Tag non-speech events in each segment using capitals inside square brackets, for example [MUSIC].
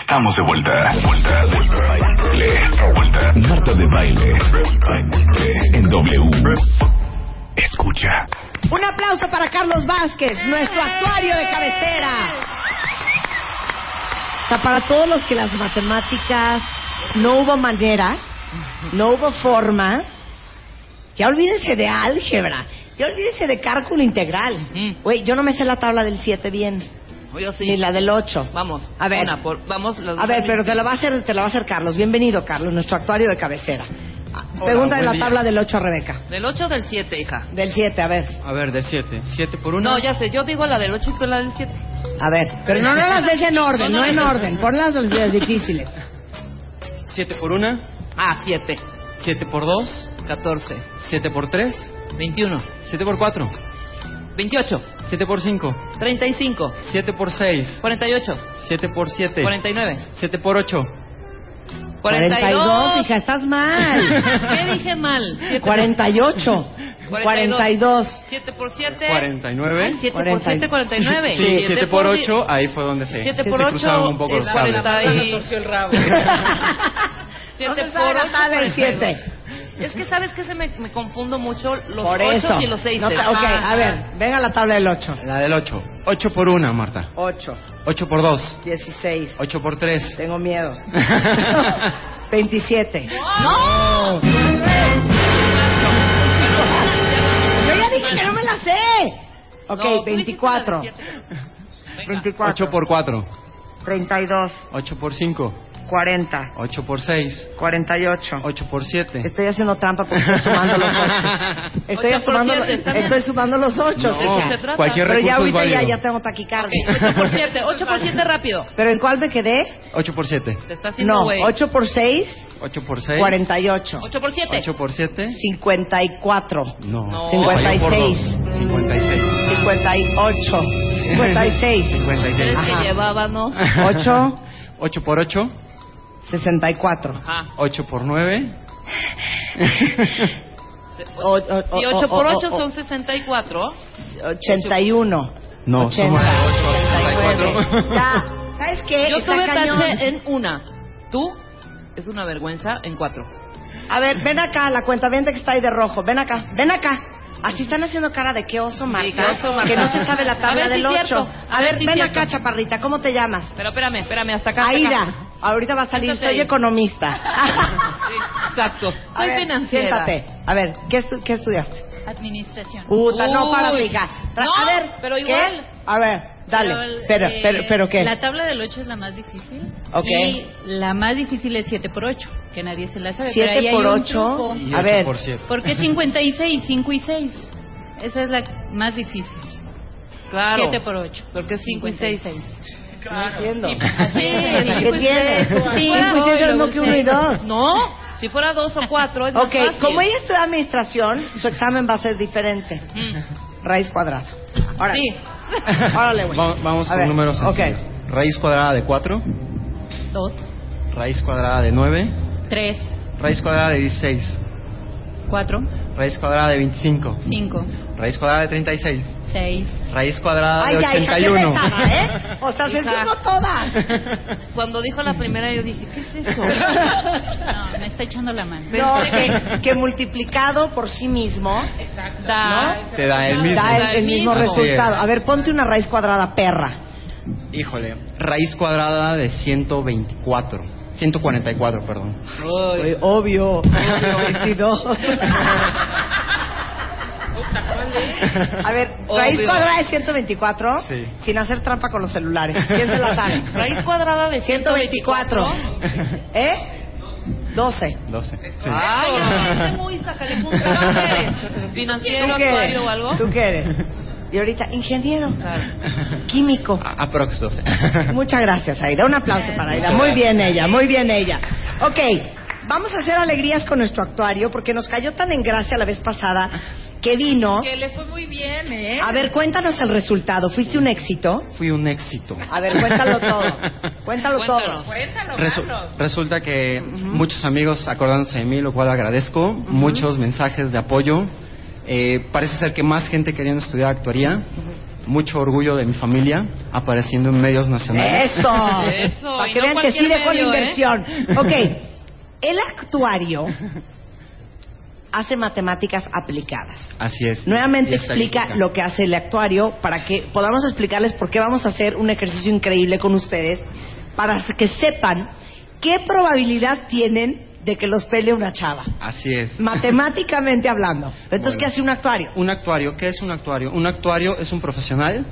Estamos de vuelta. Vuelta, vuelta, baile. Vuelta. Marta de baile. En W. Escucha. Un aplauso para Carlos Vázquez, nuestro actuario de cabecera. O sea, para todos los que las matemáticas no hubo manera, no hubo forma, ya olvídense de álgebra, ya olvídense de cálculo integral. Ujú. Güey, yo no me sé la tabla del 7 bien, Yo sí. ni la del 8. Vamos. A ver. Una por- vamos. las A dos ver, al- pero te la va a hacer, te la va a hacer Carlos. Bienvenido, Carlos, nuestro actuario de cabecera. Ah, Hola, Pregunta de buen la día. tabla del 8 a Rebeca. Del 8 o del 7, hija. Del 7, a ver. A ver, del 7. 7 por 1. No, ya sé. Yo digo la del 8 y tú la del 7. A ver, pero no, no las des en orden, no, No, no, en no. orden. Ponlas las las difíciles. 7 por 1. Ah, 7. 7 por 2. 14. 7 por 3. 21. 7 por 4. 28. 7 por 5. 35. 7 por 6. 48. 7 por 7. 49. 7 por 8. 42, 42. hija, estás mal. ¿Qué dije mal? 7 48, 42. 7 por 7. 49. 7 por 7, 49. Sí, 7 por 8, ahí fue donde se, 7 se por 8 cruzaban un poco es los cables. [LAUGHS] 7 ¿Dónde por sabe la 8 tabla del 7. siete? Es que sabes que se me, me confundo mucho [LAUGHS] los Por eso. 8 y los Ah. 6. No te- ok, a ver, venga la tabla del 8. La del 8. 8 por 1, Marta. 8, 8 por 2. 16. 8 por 3. Tengo [LAUGHS] miedo. 27. ¡No! Yo ya dije que no me la sé. Ok, No, tú dijiste 24. la del siete. Venga. 8 24. por 4. 32, 8 por 5. 40, 8 por 6. 48. 8 por 7. Estoy haciendo trampa porque estoy sumando [LAUGHS] los 8. [LAUGHS] Estoy, Ocho por sumando, siete, está bien. estoy sumando los 8. No, ¿De qué se trata? cualquier Pero ya recurso ahorita es ya, válido. ya tengo taquicardia. Ok, [LAUGHS] 8 por 7. 8 por 7 rápido. ¿Pero en cuál me quedé? 8 por 7. Te está haciendo No, güey. 8 por 6, 8 por 6. 48. 8 por 7. 8 por 7. 54. No. No. 56. 56. 58. 56. 56. Tres que Ajá. llevábamos. [LAUGHS] 8, 8 por 8. 64. Ajá. 8 por 9. Se- O- o- o- Si 8 por o- o- 8 o- son 64. 81. No, 80. suma de 8 89. 84. Ya, ¿sabes qué? Yo Eh, Está tuve cañón. tache en una. Tú es una vergüenza en cuatro. A ver, ven acá, la cuenta que está ahí de rojo. Ven acá, ven acá. Así están haciendo cara de qué oso, Marta, qué oso, Marta. que no se sabe la tabla A ver si del es cierto, 8. A, a ver, ver si es ven cierto. acá, chaparrita, ¿cómo te llamas? Pero espérame, espérame, hasta acá. hasta acá. Aida. Ahorita va a salir, Siéntate soy ahí. economista. [LAUGHS] Sí, exacto. A Soy ver, financiera. Siéntate. A ver, ¿qué, estu- qué estudiaste? Administración. Puta, no, Uy. para, hija. Tra- No, a ver, pero ¿qué? igual. A ver, dale. Pero, pero, eh, pero, ¿qué? La tabla del 8 es la más difícil. Ok. Y la más difícil es 7 por 8, que nadie se la sabe. pero ahí 7 hay por un 8. truco. [LAUGHS] Y A 8 ver, por 7. ¿Por qué [LAUGHS] 56, 5 y 6? Esa es la más difícil. Claro. 7 por 8. Porque es 5 y 6. 6. no entiendo. Así es, Sí, pues ¿Qué cinco y tiene? seis. Sí, Fuera pues hoy, es lo mismo luego que uno y seis. dos. No, si fuera 2 o 4 es más Ok, fácil. como ella estudia administración, su examen va a ser diferente. Mm, Raíz cuadrada. Ahora, Sí. Órale, güey. Va- Vamos A con ver, números ok. sencillos. Raíz cuadrada de 4. 2, Raíz cuadrada de 9. 3, Raíz cuadrada de 16. 4, Raíz cuadrada de 25. 5, Raíz cuadrada de 36. 6. Raíz cuadrada Ay, de ya, hija, qué 81. pesada, ¿eh? O sea, se Hija. enseñó todas. Cuando dijo la primera yo dije, ¿qué es [LAUGHS] eso? No, me está echando la mano. No, que, que multiplicado por sí mismo Da. Te da el mismo. da el, el mismo Así es. resultado. A ver, ponte una raíz cuadrada perra. Híjole, raíz cuadrada de 124. 144, perdón. Ay, Oye, obvio, [LAUGHS] obvio, 22. A ver, Raíz Obvio. cuadrada de 124 Sí. sin hacer trampa con los celulares. ¿Quién se la sabe? [LAUGHS] Raíz cuadrada de 124. 124. ¿Eh? 12. 12. Sí. Ay, ay, muy sácale punto. ¿Qué [LAUGHS] eres? ¿Tú ¿Financiero, qué actuario o algo? Ah. eres? ¿Tú qué eres? Y ahorita, ingeniero, Claro. químico. A- Aprox 12. Muchas gracias, Aida. Un aplauso para Aida. Muchas Muy bien ella, muy bien ella. Ok, vamos a hacer alegrías con nuestro actuario porque nos cayó tan en gracia la vez pasada que vino. Que le fue muy bien, ¿eh? A ver, cuéntanos el resultado. ¿Fuiste un éxito? Fui un éxito. A ver, cuéntalo [LAUGHS] todo. [LAUGHS] Cuéntalo Cuéntanos. todo. Cuéntalo, Resu- Carlos. resulta que muchos amigos acordándose de mí, lo cual agradezco, muchos mensajes de apoyo, eh, parece ser que más gente queriendo estudiar actuaría, mucho orgullo de mi familia apareciendo en medios nacionales. Eso. Eso, Para y que no vean que sí cualquier dejó la medio, ¿eh? inversión. [LAUGHS] Ok, el actuario hace matemáticas aplicadas. Así es. Nuevamente Y explica estadística. lo que hace el actuario para que podamos explicarles por qué vamos a hacer un ejercicio increíble con ustedes para que sepan qué probabilidad tienen de que los pele una chava, Así es. matemáticamente hablando. Entonces, Bueno. ¿qué hace un actuario? Un actuario, ¿qué es un actuario? Un actuario es un profesional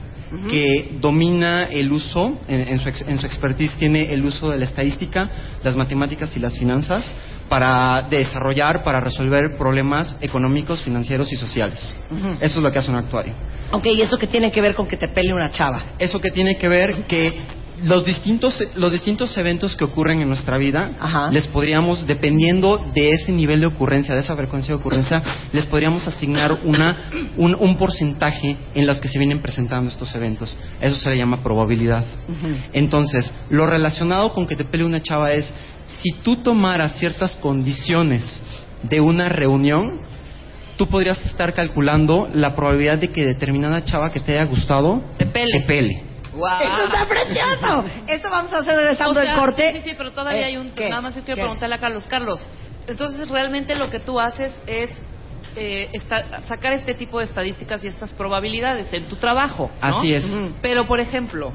que domina el uso, en, en su ex- en su expertise tiene el uso de la estadística, las matemáticas y las finanzas para desarrollar, para resolver problemas económicos, financieros y sociales. Ujú. Eso es lo que hace un actuario. Ok, ¿y eso qué tiene que ver con que te pele una chava? Eso que tiene que ver que los distintos, los distintos eventos que ocurren en nuestra vida, Ajá. les podríamos, dependiendo de ese nivel de ocurrencia, de esa frecuencia de ocurrencia, les podríamos asignar una, un, un porcentaje en los que se vienen presentando estos eventos. Eso se le llama probabilidad. Entonces, lo relacionado con que te pelee una chava es, si tú tomaras ciertas condiciones de una reunión, tú podrías estar calculando la probabilidad de que determinada chava que te haya gustado Te pele. te pele. Guau. ¡Eso está precioso! Eso vamos a [LAUGHS] hacer O regresando sea, del corte. Sí, sí, sí, pero todavía Eh, hay un... ¿qué? Nada más yo quiero ¿Qué? preguntarle a Carlos. Carlos, entonces realmente lo que tú haces es eh, esta- sacar este tipo de estadísticas y estas probabilidades en tu trabajo. ¿no? Así es. Ujú. Pero, por ejemplo,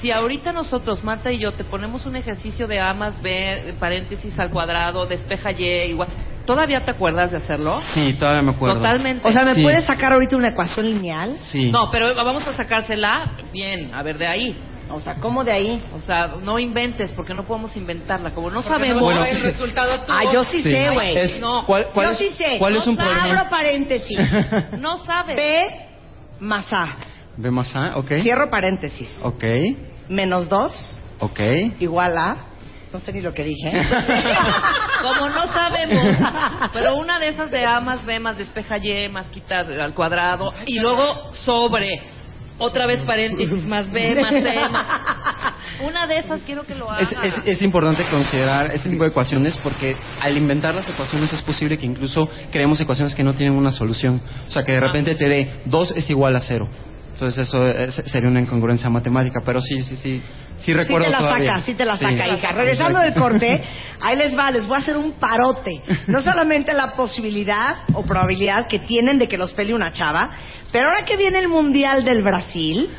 si ahorita nosotros, Marta y yo, te ponemos un ejercicio de A más B, paréntesis al cuadrado, despeja Y, igual... ¿Todavía te acuerdas de hacerlo? Sí, todavía me acuerdo. Totalmente. O sea, ¿me Sí. puedes sacar ahorita una ecuación lineal? Sí. No, pero vamos a sacársela bien, a ver, de ahí. O sea, ¿cómo de ahí? O sea, no inventes, porque no podemos inventarla. Como no Porque sabemos... no Bueno, sabe el resultado tú. Ah, yo sí, Sí. sé, güey. Es- No, ¿cuál, cuál Yo es, sí sé. ¿Cuál No es un sé, Abro problema? [LAUGHS] paréntesis. No sabes. P más A. [LAUGHS] ¿Ve más A? Ok. Cierro paréntesis. Ok. Menos 2 Ok. igual a... No sé ni lo que dije. Como no sabemos, pero una de esas de A más B más despeja Y más quita al cuadrado y luego sobre, otra vez paréntesis, más B más C más... [LAUGHS] Una de esas quiero que lo hagas. Es, es- es importante considerar este tipo de ecuaciones porque al inventar las ecuaciones es posible que incluso creemos ecuaciones que no tienen una solución. O sea, que Ah. de repente te dé 2 es igual a 0. Entonces eso es- sería una incongruencia matemática, pero sí, sí, sí. Sí recuerdo sí te la todavía. saca, sí te la Sí. saca, hija. Regresando del Exacto. corte, ahí les va, les voy a hacer un parote. [LAUGHS] No solamente la posibilidad o probabilidad que tienen de que los pelee una chava, pero ahora que viene el Mundial del Brasil,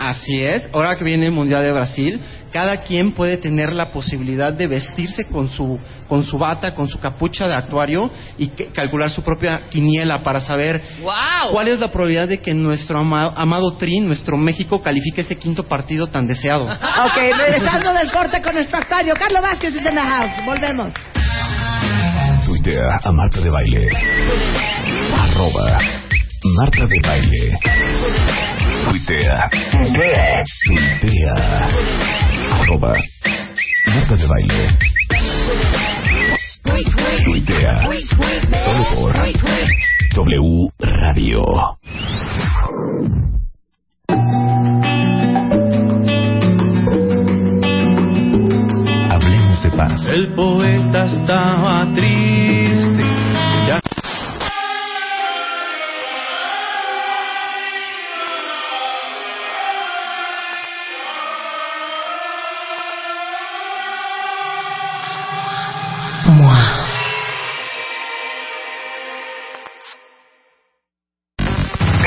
Así es, ahora que viene el Mundial de Brasil, cada quien puede tener la posibilidad de vestirse con su, con su bata, con su capucha de actuario y que- calcular su propia quiniela para saber ¡Wow! cuál es la probabilidad de que nuestro ama- amado Tri, nuestro México, califique ese quinto partido tan deseado. Ok, regresando del corte con nuestro actuario, Carlos Vázquez is in the house. Volvemos. Tuitea a Marta de Baile. Arroba Marta de Baile. Tuitea. Tuitea. Arroba Marta de Baile. Tuitea. Solo por W Radio. Hablemos de paz. [LAUGHS] El poeta estaba triste. Ya.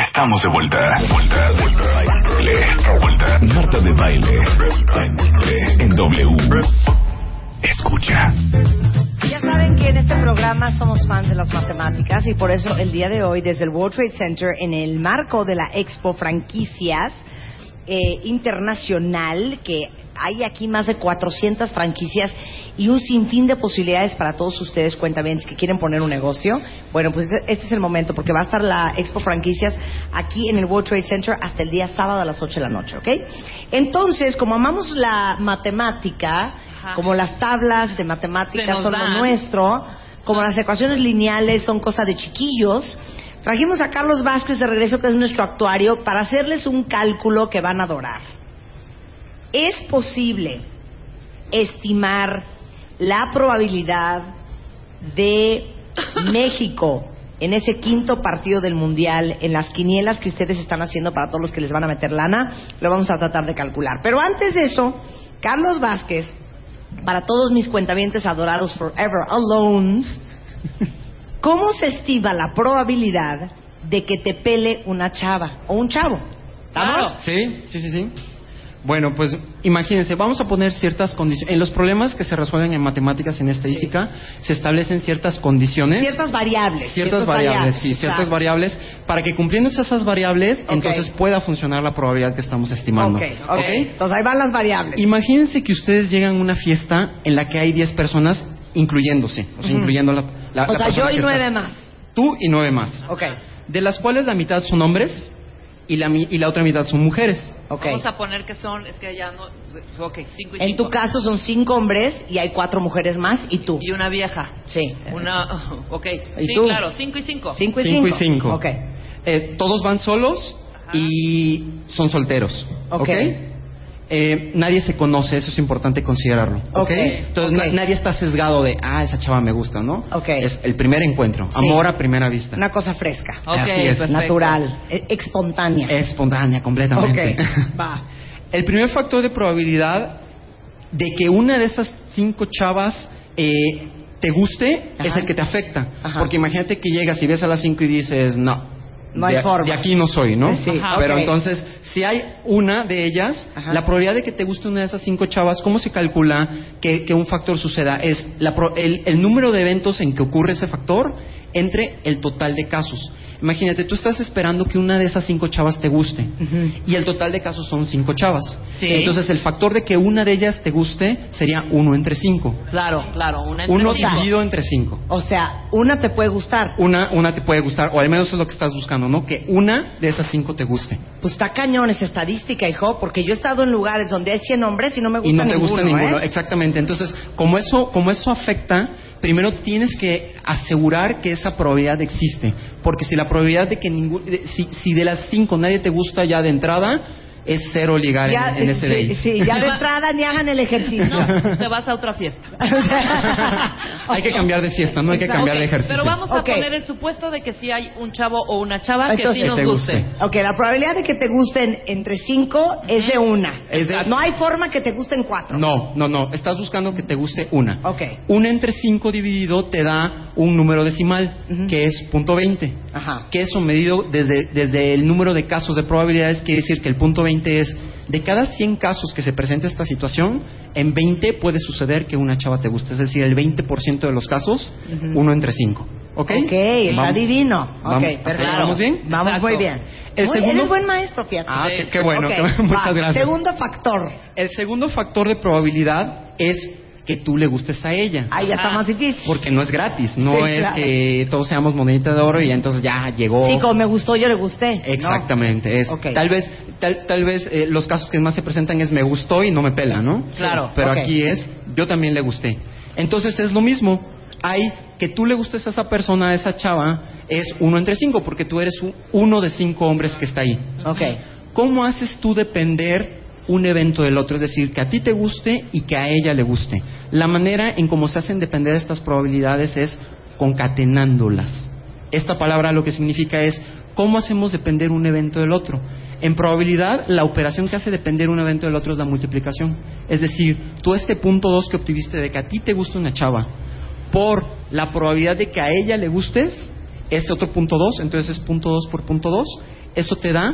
Estamos de vuelta. Vuelta, vuelta, baile. Vuelta. Marta de baile. En W. Escucha. Ya saben que en este programa somos fans de las matemáticas y por eso el día de hoy desde el World Trade Center en el marco de la Expo Franquicias eh, Internacional que hay aquí más de 400 franquicias y un sinfín de posibilidades para todos ustedes cuentavientes que quieren poner un negocio. Bueno, pues este- este es el momento porque va a estar la Expo Franquicias aquí en el World Trade Center hasta el día sábado a las 8 de la noche, ¿ok? Entonces, como amamos la matemática, Ajá. como las tablas de matemáticas, Se matemáticas nos son lo dan. nuestro, como las ecuaciones lineales son cosa de chiquillos. Trajimos a Carlos Vázquez de regreso, que es nuestro actuario, para hacerles un cálculo que van a adorar. ¿Es posible estimar la probabilidad de México en ese quinto partido del Mundial, en las quinielas que ustedes están haciendo para todos los que les van a meter lana, lo vamos a tratar de calcular. Pero antes de eso, Carlos Vázquez, para todos mis cuentavientes adorados Forever Alones, ¿cómo se estima la probabilidad de que te pele una chava o un chavo? ¿Estamos? Sí, sí, sí, sí. Bueno, pues imagínense, vamos a poner ciertas condiciones. En los problemas que se resuelven en matemáticas, en estadística, se establecen ciertas condiciones. Ciertas variables. ¿Eh? ciertas variables, sí, ciertas exacto. variables, para que cumpliendo esas variables, Ok. entonces pueda funcionar la probabilidad que estamos estimando. Ok, ok. Entonces ahí van las variables. Imagínense que ustedes llegan a una fiesta en la que hay 10 personas incluyéndose, o sea, incluyendo la, la- o la sea, yo persona y que nueve está- más. Tú y nueve más. Ok, De las cuales la mitad son hombres y la, mi- y la otra mitad son mujeres. ok. Vamos a poner que son, es que ya no, ok, cinco y En cinco. tu caso son cinco hombres y hay cuatro mujeres más y tú. Y una vieja. Sí. Una, [LAUGHS] ok. ¿Y sí, tú? claro, cinco y cinco. Cinco y cinco. Cinco y cinco. Ok. Eh, todos van solos Ajá. y son solteros. Ok. ¿Ok? Eh, nadie se conoce, eso es importante considerarlo. ¿Ok? Ok, Entonces ok. na- nadie está sesgado de, ah, esa chava me gusta, ¿no? Ok. Es el primer encuentro, Sí. amor a primera vista. Una cosa fresca, Ok, Así es. perfecto. natural, e- espontánea. Espontánea, completamente. [LAUGHS] ok, va. El primer factor de probabilidad de que una de esas cinco chavas eh, te guste Ajá. es el que te afecta. Ajá. Porque imagínate que llegas y ves a las cinco y dices, no, No hay de, forma. de aquí no soy, ¿no? Sí, Ajá, Pero ok. entonces, si hay una de ellas, Ajá. la probabilidad de que te guste una de esas cinco chavas, ¿cómo se calcula que, que un factor suceda? Es la pro- el, el número de eventos en que ocurre ese factor entre el total de casos. Imagínate, tú estás esperando que una de esas cinco chavas te guste Ujú. y el total de casos son cinco chavas. Sí. Entonces el factor de que una de ellas te guste sería uno entre cinco. Claro, claro, una entre Uno cinco. dividido entre cinco. O sea, una te puede gustar. Una, una te puede gustar, o al menos es lo que estás buscando, ¿no? Que una de esas cinco te guste. Pues está cañón esa estadística, hijo, porque yo he estado en lugares donde hay 100 hombres y no me gusta y no te ninguno. gusta ninguno. ¿eh? Exactamente. Entonces, como eso, como eso afecta, primero tienes que asegurar que esa probabilidad existe. Porque si la probabilidad de que ningún, de- si, si de las cinco nadie te gusta ya de entrada, es cero ligar en- Ya, eh, en, sí, ese date. sí, [LAUGHS] [LAUGHS] ya de entrada ni hagan el ejercicio. No, te vas a otra fiesta. [LAUGHS] [LAUGHS] hay que cambiar de fiesta, no hay que Exacto. cambiar de Ok, ejercicio. Pero vamos Ok. a poner el supuesto de que sí hay un chavo o una chava Entonces- que sí Que nos te guste. guste. Ok, la probabilidad de que te gusten entre cinco es de una. Es de- No hay forma que te gusten cuatro. No, no, no. Estás buscando que te guste una. Ok. Una entre cinco dividido te da un número decimal, Ujú. que es punto veinte. Ajá. Que eso medido desde, desde el número de casos de probabilidades quiere decir que el punto 20 es de cada 100 casos que se presenta esta situación, en 20 puede suceder que una chava te guste. Es decir, el 20% de los casos, Ujú. uno entre cinco. ¿Ok? Ok, está Vamos- divino. vamos- ok, perfecto. ¿Vamos bien? Vamos Exacto. muy bien. El Muy- segundo- Eres buen maestro, fíjate. Ah, qué, qué bueno. Ok, qué bueno. [LAUGHS] Muchas va. gracias. Segundo factor. El segundo factor de probabilidad es que tú le gustes a ella. Ahí ya está Ajá. más difícil. Porque no es gratis, no Sí, es claro. que todos seamos monedita de oro y entonces ya llegó. Sí, como me gustó, yo le gusté. ¿no? Exactamente, es Ok. tal vez tal, tal vez eh, los casos que más se presentan es me gustó y no me pela, ¿no? Claro, Pero ok. aquí es yo también le gusté. Entonces es lo mismo. Hay que tú le gustes a esa persona, a esa chava, es uno entre cinco, porque tú eres un- uno de cinco hombres que está ahí. Ok. ¿Cómo haces tú depender un evento del otro? Es decir, que a ti te guste y que a ella le guste. La manera en cómo se hacen depender estas probabilidades es concatenándolas. Esta palabra lo que significa es cómo hacemos depender un evento del otro. En probabilidad, la operación que hace depender un evento del otro es la multiplicación. Es decir, tú este punto 2 que obtuviste de que a ti te gusta una chava, por la probabilidad de que a ella le gustes, es otro punto 2, entonces es punto 2 por punto 2, eso te da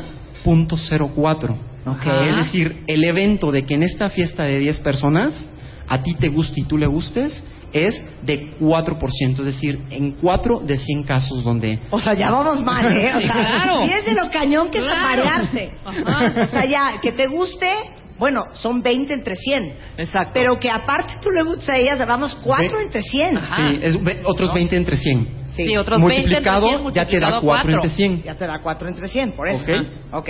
punto 04. Ajá. Es decir, el evento de que en esta fiesta de 10 personas a ti te guste y tú le gustes es de 4%, es decir, en 4 de 100 casos donde... O sea, ya vamos mal, ¿eh? O sea, Sí, claro. fíjense lo cañón que Claro. es aparearse. Ajá. O sea, ya, que te guste, bueno, son 20 entre 100. Exacto. Pero que aparte tú le gustes a ellas, vamos 4 Ve- entre 100. Ajá. Sí, es ve- otros 20 entre 100. Sí, otros 20 entre multiplicado 100, ya te multiplicado da 4 entre cuatro. 100. Ya te da 4 entre 100, por eso. Ok. Ok.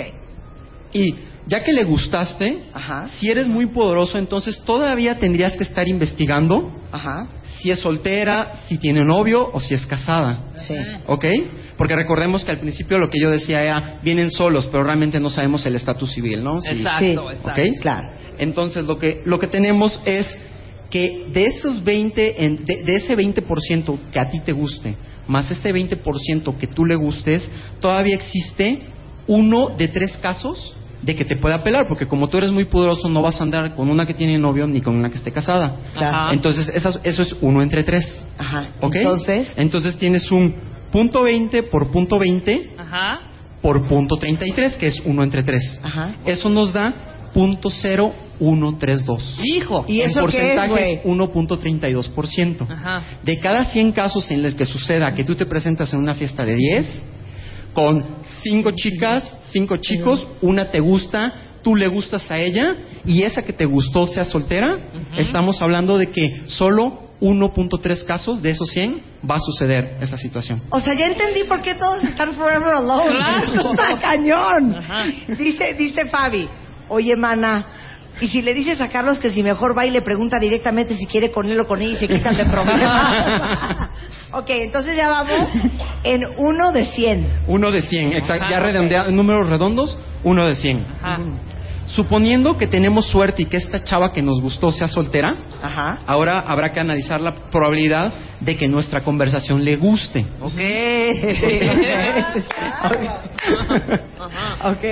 Y ya que le gustaste, Ajá. si eres muy poderoso, entonces todavía tendrías que estar investigando Ajá. si es soltera, si tiene novio o si es casada. Sí. ¿Ok? Porque recordemos que al principio lo que yo decía era, vienen solos, pero realmente no sabemos el estatus civil, ¿no? Si- Exacto, Sí. exacto. ¿Ok? Claro. Entonces, lo que, lo que tenemos es que de esos 20, en- de, de ese 20% que a ti te guste, más este 20% que tú le gustes, todavía existe uno de tres casos de que te pueda pelar, porque como tú eres muy poderoso, no vas a andar con una que tiene novio ni con una que esté casada. Claro. Ajá. Entonces, esas- eso es uno entre tres. Ajá. ¿Ok? Entonces, Entonces tienes un punto 20 por punto 20 Ajá. por punto 33, que es uno entre tres. ajá. Eso nos da punto 0132. Hijo. ¿Y En eso qué es, porcentaje güey? es 1.32%. Ajá. De cada 100 casos en los que suceda que tú te presentas en una fiesta de 10, con 5 chicas, 5 chicos, una te gusta, tú le gustas a ella y esa que te gustó sea soltera, estamos hablando de que solo 1.3 casos de esos 100 va a suceder esa situación. O sea, ya entendí por qué todos están forever alone. [LAUGHS] Claro. Eso está cañón. Ajá. Dice, dice Fabi, oye, mana, y si le dices a Carlos que si mejor va y le pregunta directamente si quiere con él o con ella y se quitan de problemas. ok, entonces ya vamos en uno de cien. Uno de 100, exacto, Ajá, ya ok. redondea, números redondos, uno de 100. Ajá. Mm. Suponiendo que tenemos suerte y que esta chava que nos gustó sea soltera, Ajá. ahora habrá que analizar la probabilidad de que nuestra conversación le guste. [LAUGHS] Ok. [LAUGHS] Ajá. Ok.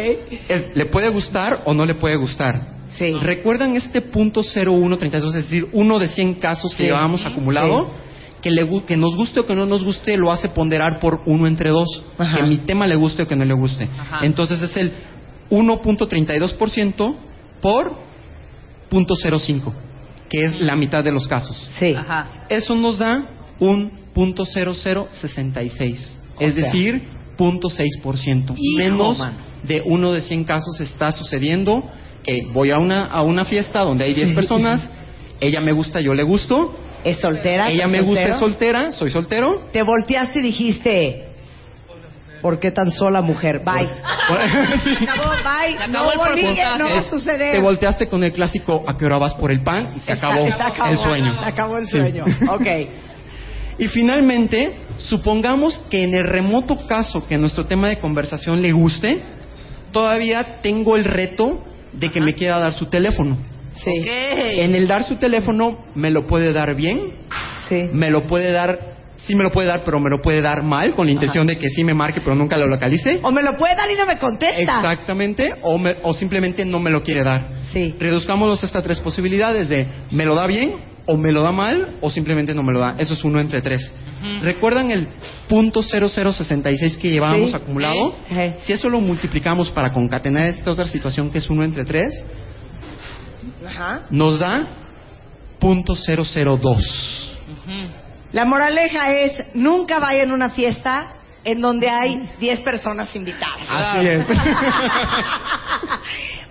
Es- ¿Le puede gustar o no le puede gustar? Sí. ¿Recuerdan este punto 0132, es decir, uno de 100 casos que Sí. llevábamos acumulado? Que, le, gu- que nos guste o que no nos guste lo hace ponderar por uno entre dos. Ajá. Que mi tema le guste o que no le guste. Ajá. Entonces es el 1.32% por 0.05, que es la mitad de los casos. Sí. Ajá. Eso nos da un punto 0066, O es sea. decir, punto 6%. Hijo, Menos mano. de uno de 100 casos está sucediendo que voy a una, a una fiesta donde [LAUGHS] hay 10 personas, ella me gusta, yo le gusto, Es soltera. ella ¿Es me gusta, es soltero? soltera, [LAUGHS] soy soltero. [LAUGHS] Te volteaste y dijiste, ¿por qué tan sola mujer? Bye. Se acabó, bye. Se acabó no, el ligue, porcentaje. no va a Es- suceder. Te volteaste con el clásico a qué hora vas por el pan y se, Está- acabó, se acabó, el sueño. Se acabó el Sí. sueño. Ok. Y finalmente, supongamos que en el remoto caso que nuestro tema de conversación le guste, todavía tengo el reto de que me quiera dar su teléfono. Sí. Ok. En el dar su teléfono me lo puede dar bien, Sí. me lo puede dar, sí me lo puede dar, pero me lo puede dar mal, con la intención de que sí me marque, pero nunca lo localice. O me lo puede dar y no me contesta. Exactamente, o, me- o simplemente no me lo quiere dar. Sí. Reduzcámoslos hasta tres posibilidades de me lo da bien o me lo da mal o simplemente no me lo da. Eso es uno entre tres. ¿Recuerdan el punto 0066 que llevábamos Sí. acumulado? Ajá. Si eso lo multiplicamos para concatenar esta otra situación que es uno entre tres, Ajá. nos da punto 002. La moraleja es, nunca vayan a una fiesta en donde hay 10 personas invitadas. Así es.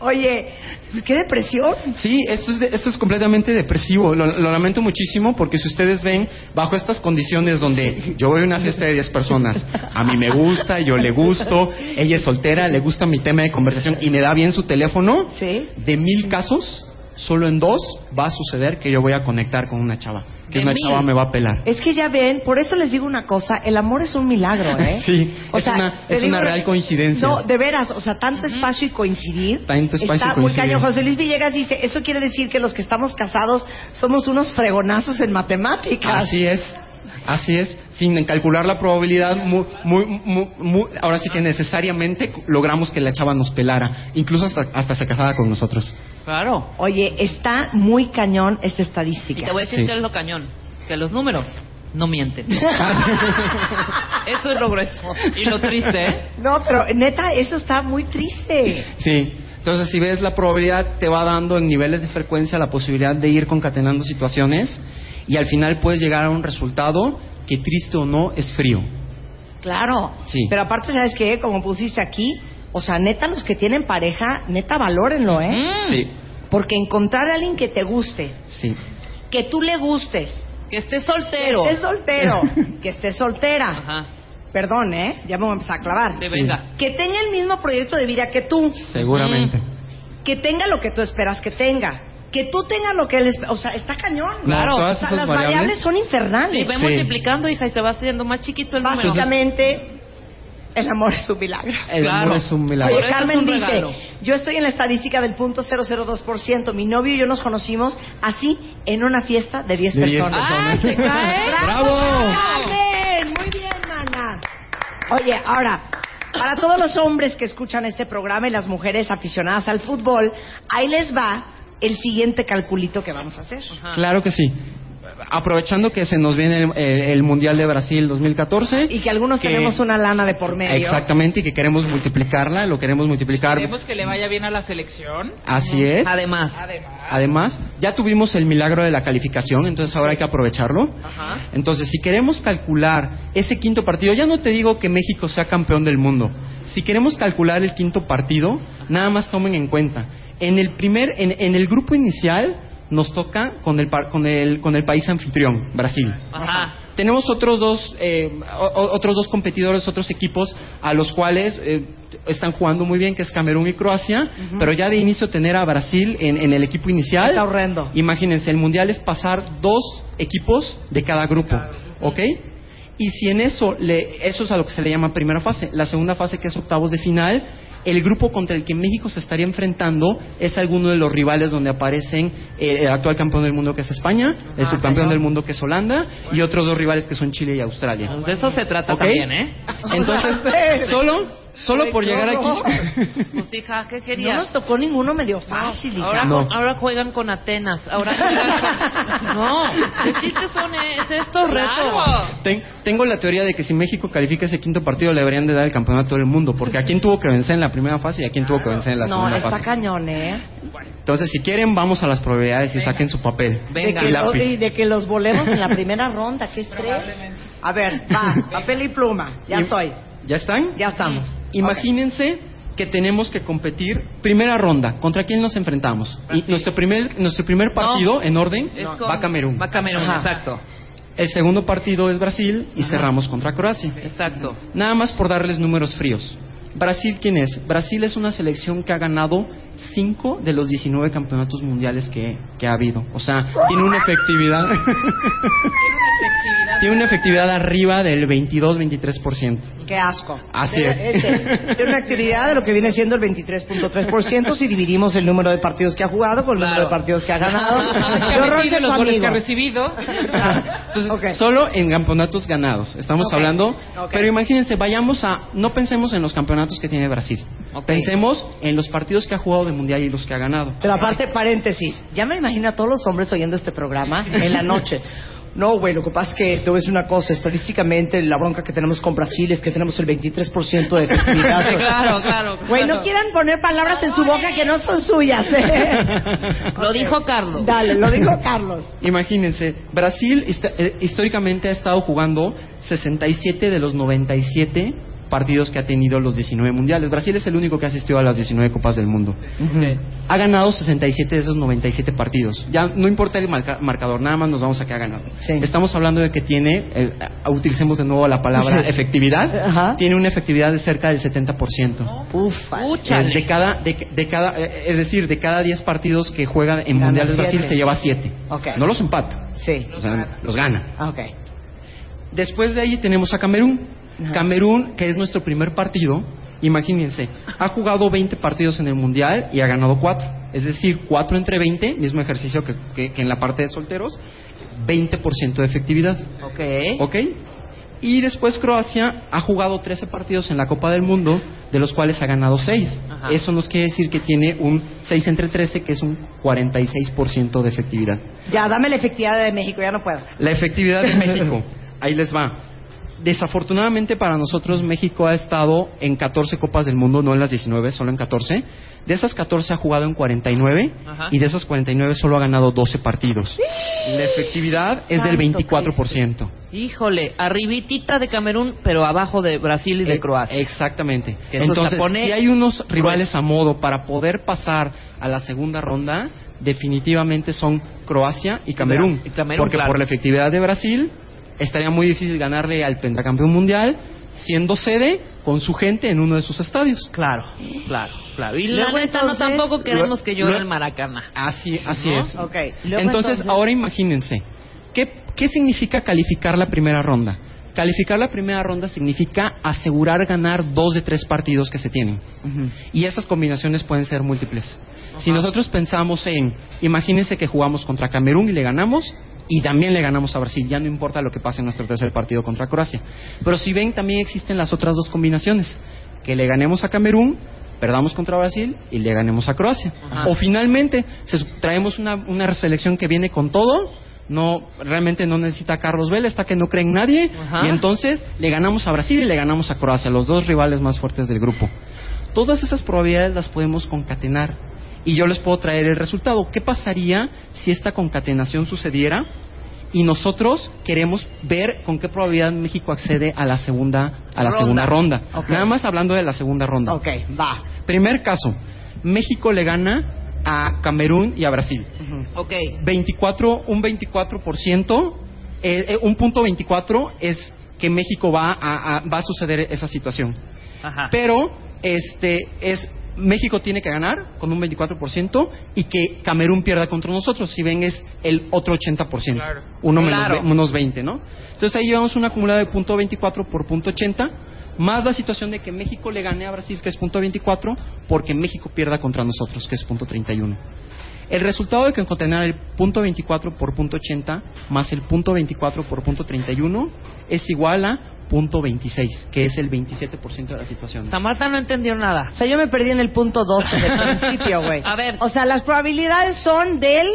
Oye, pues, qué depresión. Sí, esto es, de- esto es completamente depresivo. Lo, lo lamento muchísimo porque si ustedes ven, bajo estas condiciones donde yo voy a una fiesta de 10 personas, a mí me gusta, yo le gusto, ella es soltera, le gusta mi tema de conversación y me da bien su teléfono, Sí. de mil casos, solo en dos va a suceder que yo voy a conectar con una chava. Que De una mil. chava me va a pelar. Es que ya ven, por eso les digo una cosa, el amor es un milagro, ¿eh? [LAUGHS] Sí, es una- te es una real coincidencia. No, de veras, o sea, tanto espacio y coincidir. Tanto espacio y está coincidir. muy cañón. José Luis Villegas dice, eso quiere decir que los que estamos casados somos unos fregonazos en matemáticas. Así es. Así es, sin calcular la probabilidad, mu- muy, mu- mu- ahora sí que necesariamente logramos que la chava nos pelara, incluso hasta, hasta se casara con nosotros. Claro. Oye, está muy cañón esta Y estadística. te voy a decir Sí. que es lo cañón. Que los números no mienten. Eso es lo grueso. Y lo triste, ¿eh? No, pero neta, eso está muy triste. Sí. Entonces, si ves la probabilidad, te va dando en niveles de frecuencia la posibilidad de ir concatenando situaciones y al final puedes llegar a un resultado que triste o no es frío. Claro. Sí. Pero aparte, ¿sabes qué? Como pusiste aquí, o sea, neta, los que tienen pareja, neta, valórenlo, ¿eh? Mm, Sí, Porque encontrar a alguien que te guste, sí. que tú le gustes, Que esté soltero. que estés soltero, que estés soltera, Ajá. perdón, ¿eh? Ya me voy a empezar a clavar. De Sí. verdad. Que tenga el mismo proyecto de vida que tú, Seguramente. que tenga lo que tú esperas que tenga, que tú tengas lo que él espera, o sea, está cañón. No, todas o sea, esas las variables, variables son infernales. Y ve Sí. multiplicando, hija, y se va haciendo más chiquito el número. Básicamente, el amor es un milagro. El Claro. amor es un Por eso milagro. Oye, es Carmen un dice, regalo. yo estoy en la estadística del punto 002%. Mi novio y yo nos conocimos así en una fiesta de 10 De 10 personas. ¡Ah, se cae! ¡Bravo! Carmen! Muy bien, mana. Oye, ahora, para todos los hombres que escuchan este programa y las mujeres aficionadas al fútbol, ahí les va el siguiente calculito que vamos a hacer. Claro que sí. Aprovechando que se nos viene el, el- el Mundial de Brasil 2014. Y que algunos que- tenemos una lana de por medio. Exactamente, y que queremos multiplicarla, lo queremos multiplicar. Queremos que le vaya bien a la selección. Así es. Además. Además. Además, ya tuvimos el milagro de la calificación, entonces ahora hay que aprovecharlo. Ajá. Entonces, si queremos calcular ese quinto partido, ya no te digo que México sea campeón del mundo. Si queremos calcular el quinto partido, nada más tomen en cuenta. En el primer, en, en el grupo inicial, nos toca con el, par- con el, con el país anfitrión, Brasil. Ajá. Tenemos otros dos, eh, o- o- otros dos competidores, otros equipos a los cuales eh, están jugando muy bien, que es Camerún y Croacia, pero ya de inicio tener a Brasil en, en el equipo inicial. Está horrendo. Imagínense, el mundial es pasar dos equipos de cada grupo, ¿ok? Y si en eso, le, eso es a lo que se le llama primera fase. La segunda fase, que es octavos de final, el grupo contra el que México se estaría enfrentando es alguno de los rivales donde aparecen eh, el actual campeón del mundo, que es España, Ah, el subcampeón del mundo, que es Holanda, y otros dos rivales, que son Chile y Australia. Pues de eso se trata ¿Ok? también, ¿eh? Entonces, solo, solo por llegar [LAUGHS] aquí. Pues, hija, ¿qué No querías? nos tocó ninguno medio fácil, hija. Ahora, No. ju- ahora juegan con Atenas. Ahora juegan [LAUGHS] con... No, ¿qué chistes son eh, es estos retos? Ten- tengo la teoría de que si México califica ese quinto partido le deberían de dar el campeonato del mundo, porque a quién tuvo que vencer en la primera fase y a quién tuvo que vencer en la no, segunda está fase. cañón, ¿eh? Entonces, si quieren, vamos a las probabilidades y saquen su papel. Venga. Y de, que lápiz. los, y de que los [LAUGHS] volemos en la primera ronda, qué estrés. A ver, va, papel y pluma, ya Y- estoy, ¿Ya están? ya estamos. Imagínense que tenemos que competir primera ronda. ¿Contra quién nos enfrentamos? Y nuestro primer, nuestro primer partido, en orden, Es con- va Camerún. Va Camerún, Ajá. exacto. El segundo partido es Brasil y cerramos contra Croacia. Exacto. Nada más por darles números fríos. Brasil, ¿quién es? Brasil es una selección que ha ganado 5 de los 19 campeonatos mundiales que, que ha habido. O sea, tiene una efectividad. [LAUGHS] tiene una efectividad arriba del 22-23%. Qué asco. Así es. Tiene una actividad de lo que viene siendo el 23.3% si dividimos el número de partidos que ha jugado con el número de Claro. partidos que [LAUGHS] ha ganado. Que Qué ha horror metido ser tu los goles que ha amigo. [LAUGHS] recibido. Entonces, Ok. solo en campeonatos ganados. Estamos Ok. hablando. Ok. Pero imagínense, vayamos a. No pensemos en los campeonatos que tiene Brasil. Ok. Pensemos en los partidos que ha jugado de mundial y los que ha ganado. [LAUGHS] Pero aparte, paréntesis, ya me imagino a todos los hombres oyendo este programa en la noche. No, güey, lo que pasa es que te voy a decir una cosa. Estadísticamente, la bronca que tenemos con Brasil es que tenemos el 23% de efectividad. Sí, [LAUGHS] claro, claro. Güey, no claro. quieran poner palabras en su boca que no son suyas. [LAUGHS] ¿eh? Lo dijo Carlos. Dale, lo dijo Carlos. Imagínense, Brasil hist- eh, históricamente ha estado jugando 67 de los 97 partidos que ha tenido los 19 mundiales. Brasil es el único que ha asistido a las 19 Copas del Mundo. Ujú. Ha ganado 67 de esos 97 partidos. Ya no importa el marca- marcador, nada más nos vamos a que ha ganado. Sí. Estamos hablando de que tiene, eh, ah, utilicemos de nuevo la palabra Sí. efectividad, Ajá. tiene una efectividad de cerca del 70%. Ufa. Es Eh, de cada, de, de cada, eh, es decir, de cada 10 partidos que juega en Gana Mundial de Brasil siete. se lleva 7. Ok. No los empata, Sí. o sea, los gana. Ok. Después de ahí tenemos a Camerún. Ajá. Camerún, que es nuestro primer partido, imagínense, ha jugado 20 partidos en el Mundial y ha ganado 4. Es decir, 4 entre 20, mismo ejercicio que, que- que en la parte de solteros, 20% de efectividad. Ok. ¿Ok? Y después Croacia ha jugado 13 partidos en la Copa del Mundo, de los cuales ha ganado 6. Ajá. Eso nos quiere decir que tiene un 6 entre 13, que es un 46% de efectividad. Ya, dame la efectividad de México, ya no puedo. La efectividad de México, ahí les va. Desafortunadamente para nosotros México ha estado en 14 Copas del Mundo, no en las 19, solo en 14. De esas 14 ha jugado en 49 Ajá. y de esas 49 solo ha ganado 12 partidos. La efectividad es del 24%. Híjole, arribitita de Camerún, pero abajo de Brasil y de Eh, Croacia. Exactamente. Que entonces Entonces, la pone- si hay unos rivales a modo para poder pasar a la segunda ronda, definitivamente son Croacia y Camerún. Y Camerún, porque claro. por la efectividad de Brasil, estaría muy difícil ganarle al pentacampeón mundial, siendo sede con su gente en uno de sus estadios. Claro, claro, claro. Y la Luego, neta entonces- no tampoco queremos que llore Luego- el Maracaná. Así, así ¿No? es. Ok, luego entonces, entonces- ahora imagínense, ¿qué, ¿qué significa calificar la primera ronda? Calificar la primera ronda significa asegurar ganar dos de tres partidos que se tienen. Y esas combinaciones pueden ser múltiples. Si nosotros pensamos en, imagínense que jugamos contra Camerún y le ganamos, y también le ganamos a Brasil, ya no importa lo que pase en nuestro tercer partido contra Croacia. Pero si ven, también existen las otras dos combinaciones, que le ganemos a Camerún, perdamos contra Brasil y le ganemos a Croacia. Ajá. O finalmente, se su- traemos una, una selección que viene con todo. No, realmente no necesita a Carlos Vela, está que no cree en nadie. Ajá. Y entonces le ganamos a Brasil y le ganamos a Croacia, los dos rivales más fuertes del grupo. Todas esas probabilidades las podemos concatenar y yo les puedo traer el resultado. ¿Qué pasaría si esta concatenación sucediera y nosotros queremos ver con qué probabilidad México accede a la segunda a la Ronda. segunda ronda? Ok. Nada más hablando de la segunda ronda. Ok, va. Primer caso, México le gana a Camerún y a Brasil. Ok. 24, un 24%, eh, eh, un punto 24 es que México va a- a- va a suceder esa situación. Ajá. Pero este es México tiene que ganar con un 24% y que Camerún pierda contra nosotros. Si ven, es el otro 80%. Claro. Uno menos, Claro. ve- menos 20, ¿no? Entonces ahí llevamos un acumulado de punto 24 por punto 80, más la situación de que México le gane a Brasil, que es punto 24, porque México pierda contra nosotros, que es punto 31. El resultado de que contener el punto 24 por punto 80 más el punto 24 por punto 31 es igual a punto 26, que es el 27% de la situación. Samantha no entendió nada. O sea, yo me perdí en el punto 12 [LAUGHS] del principio, güey. A ver. O sea, las probabilidades son del...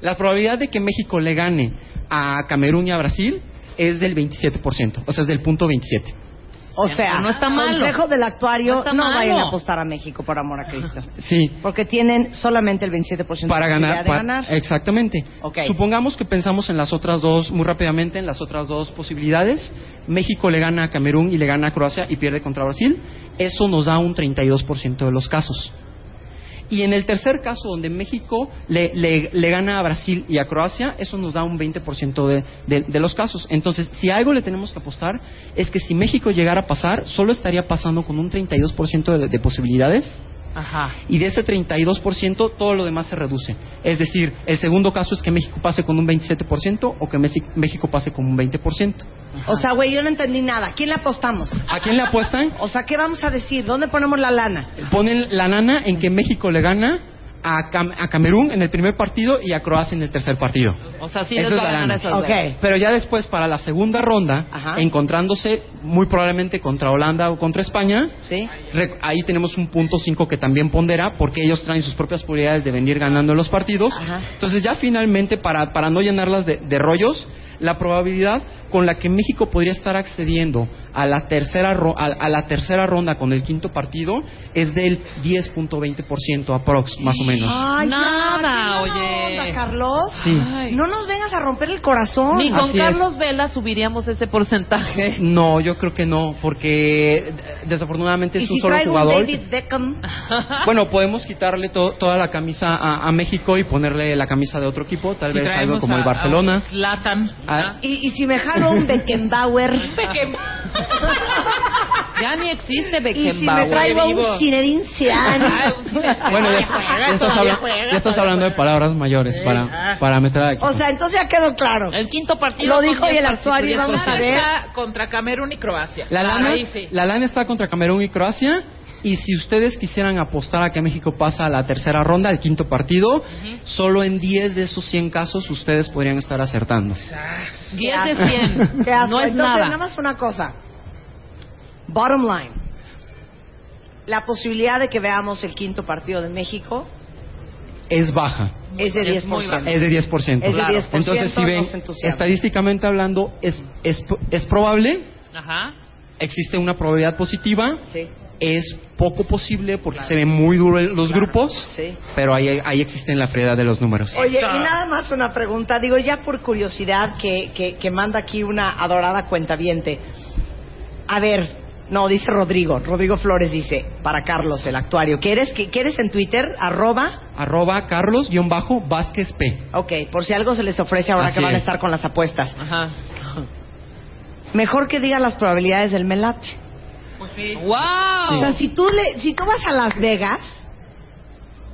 La probabilidad de que México le gane a Camerún y a Brasil es del 27%, o sea, es del punto 27. O sea, no está malo. consejo del No actuario, está no, malo. vayan a apostar a México, por amor a Cristo. Sí, Porque tienen solamente el 27% para de ganar, probabilidad de para- ganar. Exactamente. Ok. Supongamos que pensamos en las otras dos, muy rápidamente, en las otras dos posibilidades. México le gana a Camerún y le gana a Croacia y pierde contra Brasil. Eso nos da un 32% de los casos. Y en el tercer caso, donde México le, le- le gana a Brasil y a Croacia, eso nos da un 20% de, de- de los casos. Entonces, si algo le tenemos que apostar, es que si México llegara a pasar, solo estaría pasando con un 32% de- de posibilidades Ajá. y de ese 32% todo lo demás se reduce. Es decir, el segundo caso es que México pase con un 27% o que Mexi- México pase con un 20%. O sea, güey, yo no entendí nada. ¿Quién le apostamos? ¿A quién le apuestan? O sea, ¿qué vamos a decir? ¿Dónde ponemos la lana? Ponen la lana en que México le gana a, Cam- a Camerún en el primer partido y a Croacia en el tercer partido. O sea, sí Eso les es va a la ganar lana. esas dos. Ok. Pero ya después, para la segunda ronda, Ajá. encontrándose muy probablemente contra Holanda o contra España, ¿Sí? Re- Ahí tenemos un punto 5 que también pondera porque ellos traen sus propias prioridades de venir ganando los partidos. Ajá. Entonces ya finalmente, para, para no llenarlas de, de rollos, la probabilidad con la que México podría estar accediendo a la tercera, ro- a, a la tercera ronda con el quinto partido es del 10.20% aprox, más o menos. Ay, Nada, ya, qué mala oye. onda, Carlos. Sí. Ay. No nos vengas a romper el corazón. Ni con Así es. Carlos Vela subiríamos ese porcentaje. [LAUGHS] No, yo creo que no, porque eh, desafortunadamente y es un si solo traigo jugador. un David Beckham, Bueno, podemos quitarle to- toda la camisa a, a México y ponerle la camisa de otro equipo, tal Si vez algo traemos como a- el Barcelona. a Zlatan. Ah, y, y si me jalo [LAUGHS] un Beckenbauer, [LAUGHS] Ya ni existe y si me Beckenbauer. traigo un Zinedine [LAUGHS] Zidane. Ah. bueno, ya, ya estás, habla- ya estás hablando de palabras mayores para, para meter a Ah. O sea, entonces ya quedó claro. El quinto partido. Lo con Pues, dijo diez y el partidos, actuario, diez vamos a partidos. ver. Está contra Camerún y Croacia. la lana, Ahí sí. la lana está contra Camerún y Croacia. Y si ustedes quisieran apostar a que México pasa a la tercera ronda, al quinto partido, solo en 10 de esos 100 casos ustedes podrían estar acertando. Diez de cien. Qué asco. No es Entonces, nada. nada más una cosa. Bottom line. La posibilidad de que veamos el quinto partido de México Es baja. es de Es muy 10%. Es de 10%. Es de 10%, Entonces, si ven, nos entusiasma. estadísticamente hablando, es, es, es probable Ajá. Existe una probabilidad positiva, Sí, es poco posible porque se ven muy duros los grupos, sí. pero ahí, ahí existe la frialdad de los números. Oye, Exacto. y nada más una pregunta, digo ya por curiosidad que, que, que manda aquí una adorada cuentaviente. A ver, no, dice Rodrigo, Rodrigo Flores dice, para Carlos, el actuario, ¿quieres, que, ¿quieres en Twitter? Arroba, Arroba Carlos-Vázquez P. ok, por si algo se les ofrece ahora Así que van a es. estar con las apuestas. Ajá. Mejor que diga las probabilidades del melate. Pues sí. ¡Wow! O sea, si tú, le, si tú vas a Las Vegas,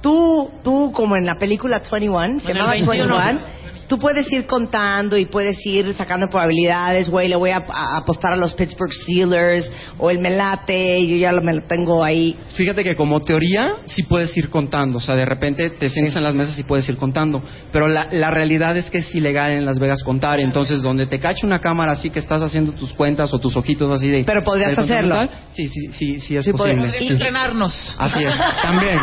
tú, tú como en la película 21, se En el llamaba 21. 21, tú puedes ir contando y puedes ir sacando probabilidades, güey, le voy a, a apostar a los Pittsburgh Steelers o el Melate, yo ya lo, me lo tengo [LAUGHS] ahí. Fíjate que como teoría sí puedes ir contando, o sea, de repente te sientas en las mesas y puedes ir contando, pero la, la realidad es que es ilegal en Las Vegas contar, entonces donde te cacha una cámara así que estás haciendo tus cuentas o tus ojitos así de... Pero podrías del control hacerlo. mental, Sí, sí, sí, sí es Sí, posible. podrías. sí. Entrenarnos. Ah, Así es, [LAUGHS] también.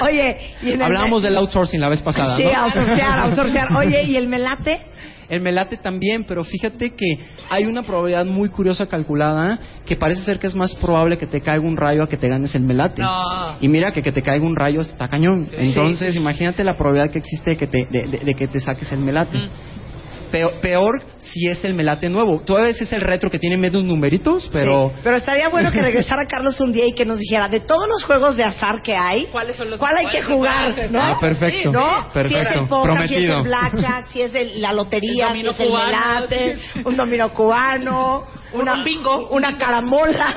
Oye, y en el- Hablábamos del outsourcing la vez pasada. Sí, ¿no? outsourcear, outsourcear. Oye, ¿y el Melate? El melate también, pero fíjate que hay una probabilidad muy curiosa calculada que parece ser que es más probable que te caiga un rayo a que te ganes el melate. No. Y mira que que te caiga un rayo está cañón. Entonces, imagínate la probabilidad que existe de que te, de, de- de que te saques el melate. Peor, peor si es el melate nuevo. Tú a veces es el retro que tiene medios numeritos, pero... Sí. Pero estaría bueno que regresara Carlos un día y que nos dijera, de todos los juegos de azar que hay, ¿Cuáles son los ¿Cuál hay que cuáles jugar? son? ¿No? Ah, perfecto. ¿No? Si es Perfecto. el poker, si es Prometido. el blackjack, si es el- la lotería, El si dominó es el cubano, melate, un dominó cubano, una, Un bingo. una [LAUGHS] caramola.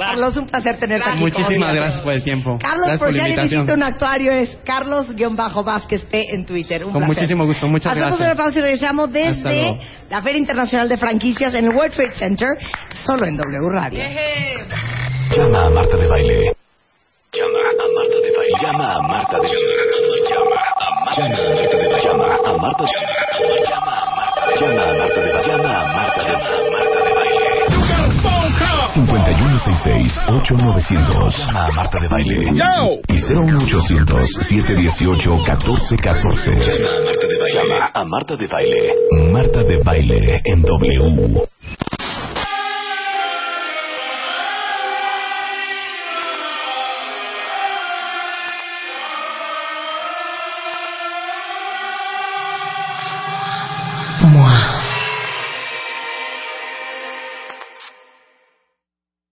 Va. Carlos, un placer tenerte aquí. como Muchísimas siempre. gracias por el tiempo. Carlos, pues gracias por por si la alguien invitación. visita un actuario, es Carlos-Vázquez P en Twitter. Un Con placer. muchísimo gusto, muchas Hacemos gracias. una pausa y regresamos Hasta desde luego. la Feria Internacional de Franquicias en el World Trade Center, solo en W Radio. Llama a Marta de Baile. Llama a Marta de Baile. Llama a Marta de Baile. Llama a Marta de Baile. Llama a Marta de Baile. Llama a Marta de Baile. Llama a Marta de Baile. Llama a Marta de Baile. Llama a Marta de Baile. 5166-8900. Llama a Marta de Baile. Y 01800-718-1414. Llama a Marta de Baile. Llama a Marta de Baile. Marta de Baile en W. Mua.